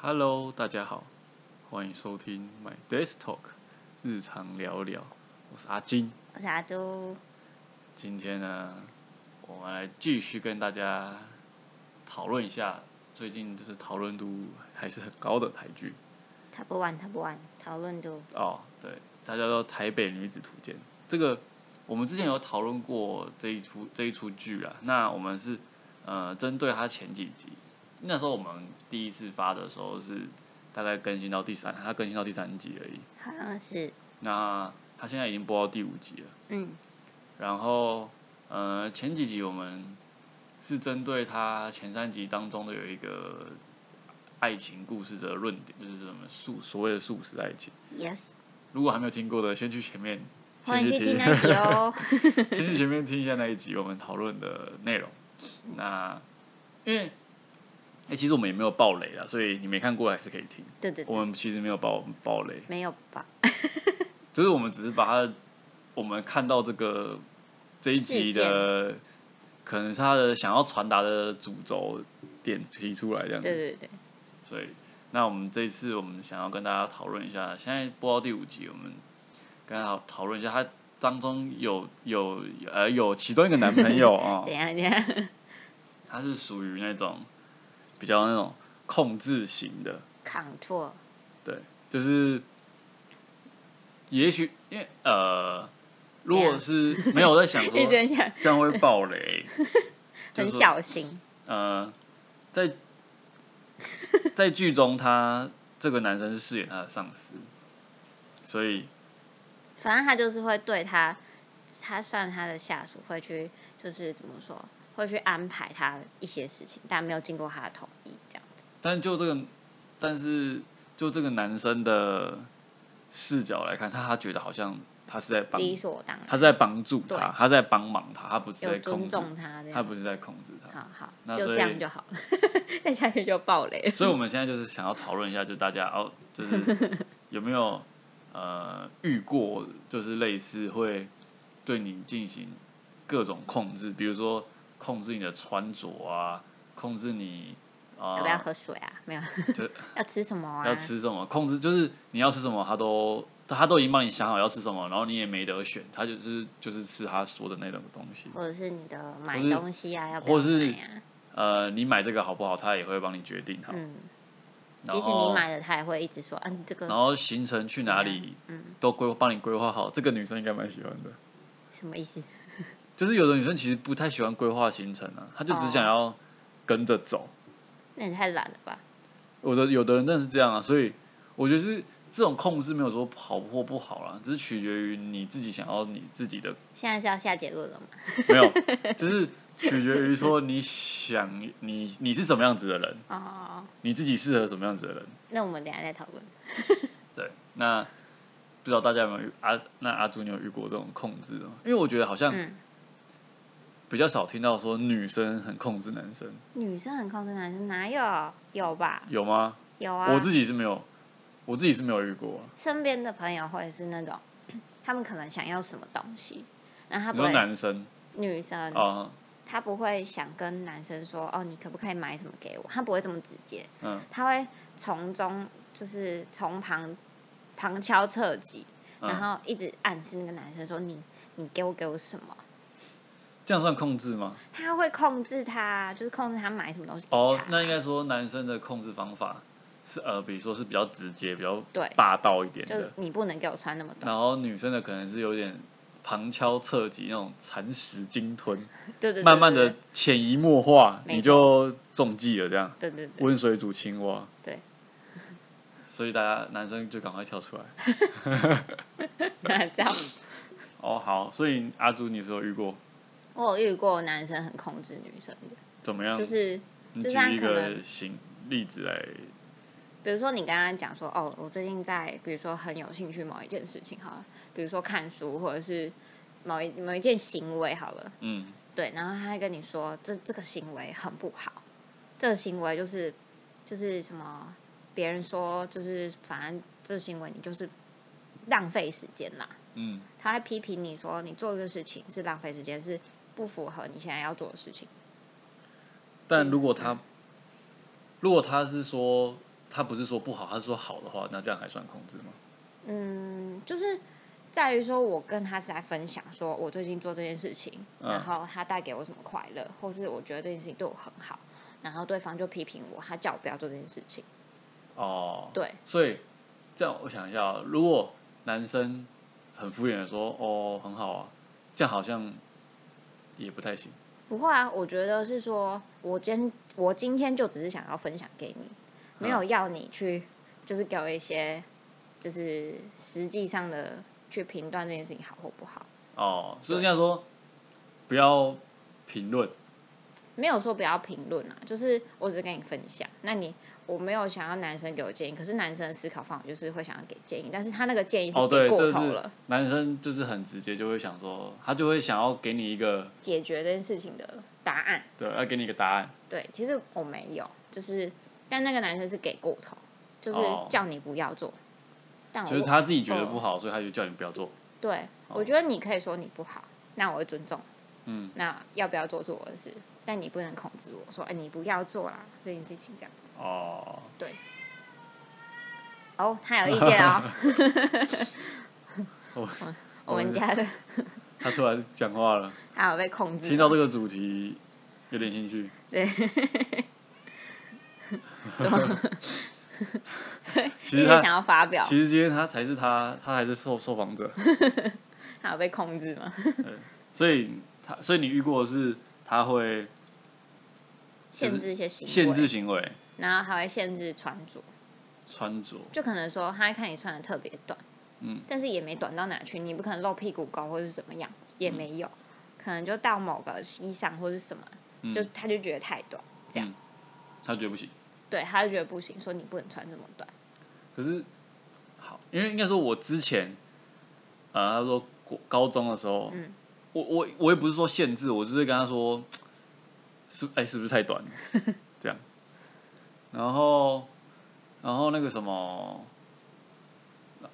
Hello，大家好，欢迎收听 My Desk Talk 日常聊聊，我是阿金。我是阿都，今天呢，我们来继续跟大家讨论一下最近就是讨论度还是很高的台剧 Top One，Top One，讨论度哦，对，大家都《台北女子图鉴》这个，我们之前有讨论过这一出这一出剧啦。那我们是呃针对它前几集，那时候我们第一次发的时候是大概更新到第三，它更新到第三集而已。好像是，那它现在已经播到第五集了。嗯，然后呃前几集我们是针对他前三集当中的有一个爱情故事的论点，就是什么素所谓的素食爱情。 yes，如果还没有听过的，先去前面，欢先去迎去听听，那集哦。先去前面听一下那一集我们讨论的内容。那因为哎、其实我们也没有爆雷啦，所以你没看过还是可以听。 对对我对，们其实没有爆爆雷，没有吧？就是我们只是把它，我们看到这个这一集的，可能是他的想要传达的主轴点提出来这样对子。对对，，所以，那我们这一次我们想要跟大家讨论一下，现在播到第五集，我们跟大家讨讨论一下，他当中有有呃有其中一个男朋友啊 怎样怎样？他是属于那种比较那种控制型的，抗错，对，就是也许因为呃，如果是没有我在想说啊 一直在想，这样会爆 雷，就很是说小心，呃，在在剧中他这个男生是饰演他的上司，所以反正他就是会对他，他算他的下属会去，就是怎么说，会去安排他一些事情，但没有经过他的同意，这样子。但就这个但是就这个男生的视角来看，他他觉得好像他是在帮理所当他是然，在帮助他，对他在帮忙他，他不是在有控制，尊重他这他样。不是在控制他。好好那，就所以这样就好了， 再下去就爆雷了。所以我们现在就是想要讨论一下，就大家哦，就是有没有呃遇过，就是类似会对你进行各种控制，比如说控制你的穿着啊，控制你啊、要不要喝水啊？没有就，要吃什么啊？要吃什么，控制就是你要吃什么，他都他都已经帮你想好要吃什么，然后你也没得选，他就是就是吃他说的那种东西。或者是你的买或是东西啊，要不或要是买啊？呃，你买这个好不好，他也会帮你决定好。嗯，哦然即使你后买了，他也会一直说，嗯，这然个后行程去哪怎样里，嗯都规帮你规划好，这个女生应该蛮喜欢的。什么意思？ 就是有的女生其实不太喜欢规划行程啊，她就只想要跟着走。那也太懒了吧？有的有的人真的是这样啊，所以我觉得是这种控制没有说好或不好啦，只是取决于你自己想要你自己的，现在是要下结论了吗？没有，就是取决于说你想你你是什么样子的人，哦，你自己适合什么样子的人。那我们等一下再讨论。对，那不知道大家有没有遇阿、那阿朱你有遇过这种控制的吗？因为我觉得好像嗯，比较少听到说女生很控制男生，女生很控制男生，哪有？有吧？有吗？有啊。我自己是没有，我自己是没有遇过啊、身边的朋友或者是那种，他们可能想要什么东西，然后他你不说会嗯男生女生啊，她不会想跟男生说，哦，你可不可以买什么给我？她不会这么直接，嗯，他会从中就是从旁旁敲侧击，嗯然后一直暗示那个男生说你你给我给我什么，这样算控制吗？他会控制他，就是控制他买什么东西给他。哦，那应该说男生的控制方法是呃，比如说是比较直接、比较对，霸道一点就是的，你不能给我穿那么多，然后女生的可能是有点旁敲侧击那种蚕食鲸吞，对对对，慢慢对的潜移默化，没你就中计了这样。对对对温水煮青蛙，对，所以大家男生就赶快跳出来。那这样。哦，好，所以阿朱你是有遇过我有遇过男生很控制女生的，怎么样？就是你嗯举就是他一可个能行例子来，比如说你刚刚讲说，哦，我最近在比如说很有兴趣某一件事情好了，比如说看书或者是某一某一件行为好了。嗯，对，然后他还跟你说这这个行为很不好，这个行为就是就是什么，别人说就是反正这个行为你就是浪费时间啦。嗯，他还批评你说你做这个事情是浪费时间，是不符合你现在要做的事情。但如果他，如果他是说他不是说不好，他是说好的话，那这样还算控制吗？嗯，就是在于说我跟他是在分享，说我最近做这件事情，嗯然后他带给我什么快乐，或是我觉得这件事情对我很好，然后对方就批评我，他叫我不要做这件事情。哦，对，所以这样我想一下哦，如果男生很敷衍的说哦很好啊，这样好像也不太行。不会啊，我觉得是说我今我今天就只是想要分享给你，没嗯有要你去就是给我一些就是实际上的去评断这件事情好或不好，哦，所以对这样说不要评论没有说不要评论啊，就是我只是跟你分享。那你我没有想要男生给我建议，可是男生的思考方法就是会想要给建议，但是他那个建议哦，是对，给这过头了，是男生就是很直接，就会想说他就会想要给你一个解决这件事情的答案。对，要给你一个答案。对，其实我没有，就是但那个男生是给过头，就是哦叫你不要做，但我就是他自己觉得嗯不好，所以他就叫你不要做。对，哦我觉得你可以说你不好，那我会尊重。嗯，那要不要做是我的事，但你不能控制我说，哎、你不要做啦这件事情这样。哦，哦，他有意 见哦，我我们家的 他突然讲话了，他有被控制。听到这个主题有点兴趣。 对，其实一直他想要发表，其实今天他才是他，他还是受受访者，他有被控制吗？所以他所以你遇过的是他会限制一些行为，限制，行为、然后还会限制穿着，穿着，就可能说他看你穿的特别短，嗯，但是也没短到哪去，你不可能露屁股沟或是怎么样，嗯也没有，可能就到某个衣裳或是什么，嗯就他就觉得太短，这样，嗯他觉得不行。对，他就觉得不行，说你不能穿这么短。可是好，因为应该说我之前，呃，他说国高中的时候，嗯我我我也不是说限制，我只是跟他说，是哎、是不是太短了？这样，然后然后那个什么，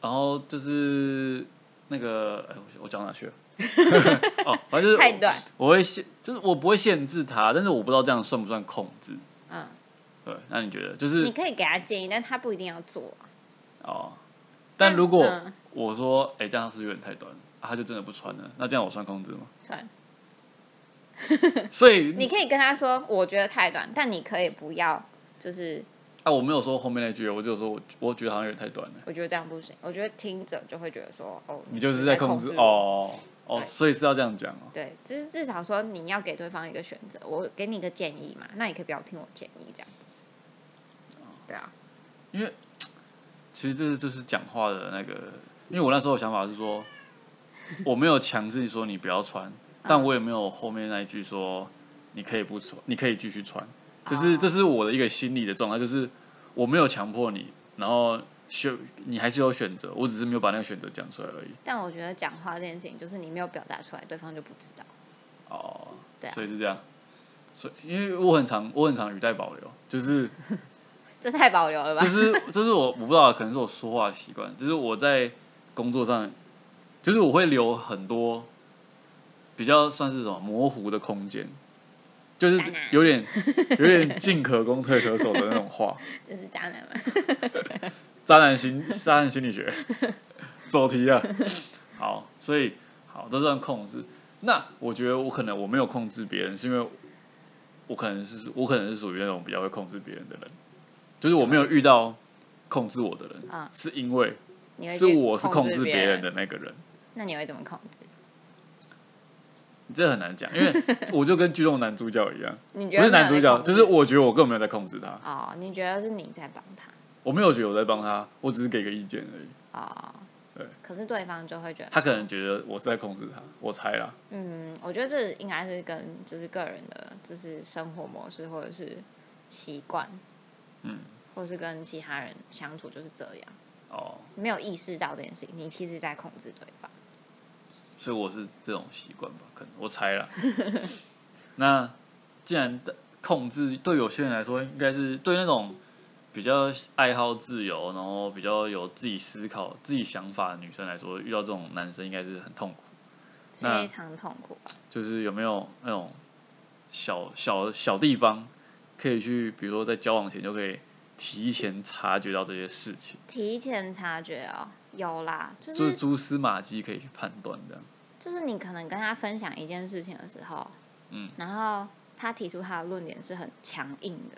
然后就是那个哎、我我讲哪去了？哦，反正就是太短，我会限，就是我不会限制他，但是我不知道这样算不算控制。嗯，对，那你觉得就是你可以给他建议，但他不一定要做啊。哦，但如果嗯我说，哎、这样是不是有点太短了，啊他就真的不穿了，那这样我算控制吗？算了，嗯所以你可以跟他说，我觉得太短，但你可以不要，就是啊，我没有说后面那句，我只有说我我觉得好像有点太短了，我觉得这样不行。我觉得听者就会觉得说，哦，你就是是在控控制我。哦哦，对所以是要这样讲哦，对，至至少说你要给对方一个选择，我给你一个建议嘛，那你可以不要听我建议这样子。哦对啊，因为其实这就是讲话的那个，因为我那时候的想法是说，我没有强制说你不要 穿，但我也没有后面那一句说你可以不穿，你可以继续穿，就是哦这是我的一个心理的状态，就是我没有强迫你，然后选你还是有选择，我只是没有把那个选择讲出来而已。但我觉得讲话这件事情，就是你没有表达出来，对方就不知道。哦，对啊所以是这样，所以因为我很常我很常语带保留，就是这太保留了吧这？是这是我我不知道，可能是我说话的习惯，就是我在工作上，就是我会留很多比较算是什么模糊的空间，就是渣男有点有点进可攻退可守的那种话，这是渣男吗？渣男心渣男心理学 走题了。好，所以好，这算控制。那我觉得我可能我没有控制别人，是因为我可能是我可能是属于那种比较会控制别人的人，就是我没有遇到控制我的人，嗯是因为你会是去我是控制别别人，的那个人。那你会怎么控制？这很难讲，因 为我就跟剧中男主角一样，你不觉得是没有男主在角，控就是制我觉得我根本没有在控制他，哦，你觉得是你在帮他我没有觉得我在帮他，我只是给个意见而已。哦，对，可是对方就会觉得他可能觉得我是在控制他，我猜啦。嗯，我觉得这应该是跟就是个人的，就是生活模式或者是习惯，嗯，或是跟其他人相处就是这样，哦，没有意识到这件事情，你其实在控制对方。所以我是这种习惯吧，可能我猜啦。 那既然控制对有些人来说，应该是对那种比较爱好自由，然后比较有自己思考、自己想法的女生来说，遇到这种男生应该是很痛苦。那非常痛苦啊吧？就是有没有那种小小小地方可以去，比如说在交往前就可以提前察觉到这些事情，提前察觉哦，有啦，就就是是蛛丝马迹可以去判断这样。就是你可能跟他分享一件事情的时候，嗯，然后他提出他的论点是很强硬的，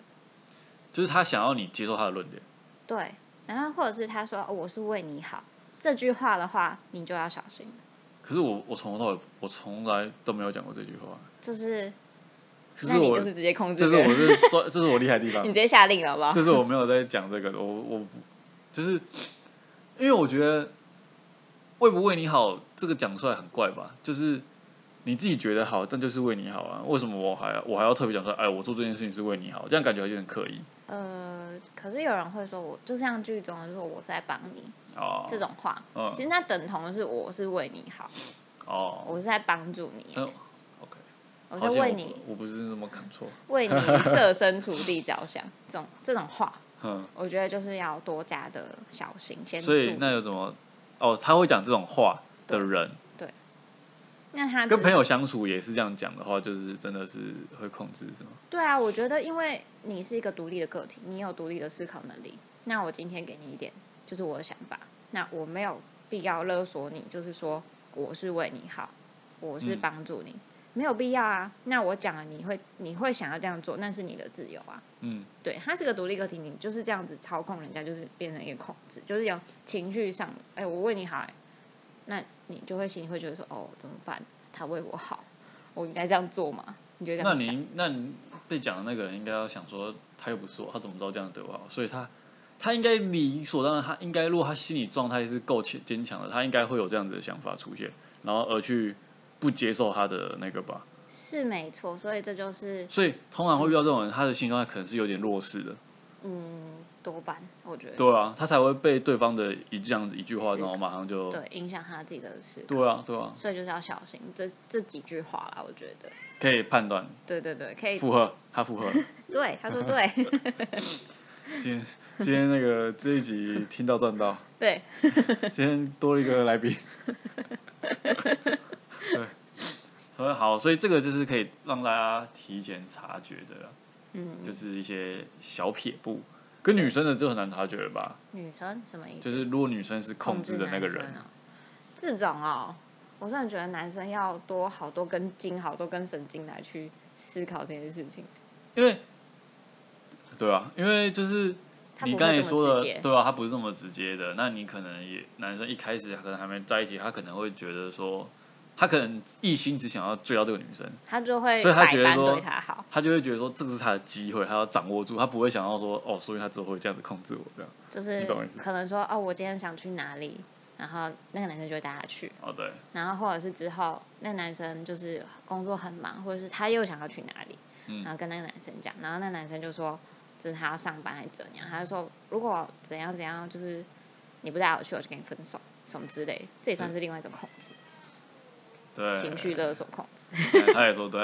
就是他想要你接受他的论点，对，然后或者是他说、哦我是为你好这句话的话，你就要小心了，可是我我从头到尾我从来都没有讲过这句话，就是这那是你我、就是直接控制这是别人，我 是专这是我厉害的地方你 直，接下令了好不好？嗯就是我没有在讲这个的，我我不就是因为我觉得为不为你好这个讲出来很怪吧，就是你自己觉得好，但就是为你好啊，为什么我还我还要特别讲说，哎，我做这件事情是为你好，这样感觉有点刻意呃，可是有人会说我，就像剧中就说我是在帮你、哦，这种话，嗯其实那等同的是我是为你好，哦，我是在帮助你，嗯啊，OK，我是好险为不你我不是这么看错，为你设身处地着想，这种这种话，嗯，我觉得就是要多加的小心，先注所以意。那有怎么哦，他会讲这种话的对人，那他跟只朋友相处也是这样讲的话，就是真的是会控制是吗？对啊，我觉得因为你是一个独立的个体，你有独立的思考能力。那我今天给你一点，就是我的想法。那我没有必要勒索你，就是说我是为你好，我是嗯帮助你，没有必要啊。那我讲了，你会你会想要这样做，那是你的自由啊。嗯，对，他是个独立个体，你就是这样子操控人家，就是变成一个控制，就是有情绪上的，哎、我为你好、哎，那你就会心里会觉得说，哦，怎么办？他为我好，我应该这样做吗？你就这那样想，你那你被讲的那个人应该要想说，他又不是我，他怎么知道这样对我好？所以他他应该理所当然，他应该如果他心理状态是够坚坚强的，他应该会有这样子的想法出现，然后而去不接受他的那个吧。是没错，所以这就是，所以通常会遇到这种人，他的心理状态可能是有点弱势的，嗯，多半我觉得对啊，他才会被对方的一这样子一句话，是然后马上就对影响他自己的思考，对啊对啊，所以就是要小心这这几句话啦，我觉得，可以判断对对对，可以，附和，他附和。对，他嗯说对今 天今天那个这一集听到赚 到，对，今天多了一个来 宾。对，很好，所以这个就是可以让大家提前察觉的啦，嗯，就是一些小撇步。跟女生的就很难察觉了吧？女生什么意思？就是如果女生是控制的那个嗯制人男，生哦这种哦，我真的觉得男生要多好多根筋，好多根神经来去思考这件事情。因为对啊，因为就是他你不刚才会这说么直的，接，对啊，他不是这么直接的。那你可能也男生一开始可能还没在一起，他可能会觉得说，他可能一心只想要追到这个女生，他就会所以他百觉得般说对他好，他就会觉得说这个是他的机会，他要掌握住，他不会想要说哦，所以他之后会这样子控制我这样。就是你懂我意思可能说哦，我今天想去哪里，然后那个男生就会带他去，哦，对，然后或者是之后那个男生就是工作很忙，或者是他又想要去哪里，嗯然后跟那个男生讲，然后那男生就说，就是他要上班还是怎样，他就说如果怎样怎样，就是你不带我去，我就跟你分手，什么之类的，这也算是另外一种控制，对，情绪勒索控制。 哎他也说对。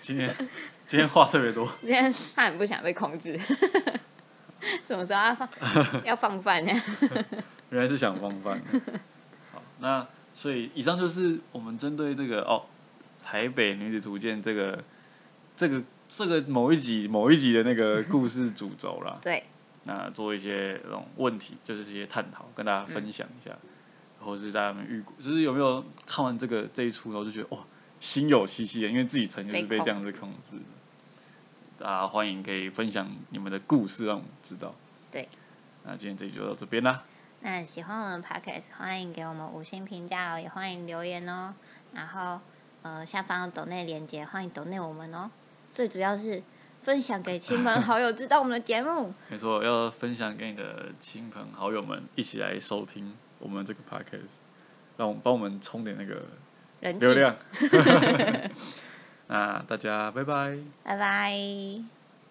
今天今天话特别多，今天他很不想被控制， 什么时候要放 要放饭呢？原来是想方饭。好，那所以以上就是我们针对这个哦，台北女子图鉴这个这个这个某一集某一集的那个故事主轴啦。 对，那做一些那种问题，就是这些探讨，跟大家分享一下，或是大家有没有遇过，就是有没有看完这个这一出，然后就觉得哇，心有戚戚焉，因为自己曾经是被被控这制样子控制的。大家欢迎可以分享你们的故事，让我们知道。对，那今天这集就到这边啦，那喜欢我们的 podcast，欢迎给我们五星评价哦，也欢迎留言哦。然后呃，下方有抖内连接，欢迎抖内我们哦。最主要是分享给亲朋好友知道我们的节目。没错，要分享给你的亲朋好友们一起来收听我们这个 podcast，让我们帮我们冲点那个人 气流，量。那大家拜拜。拜拜。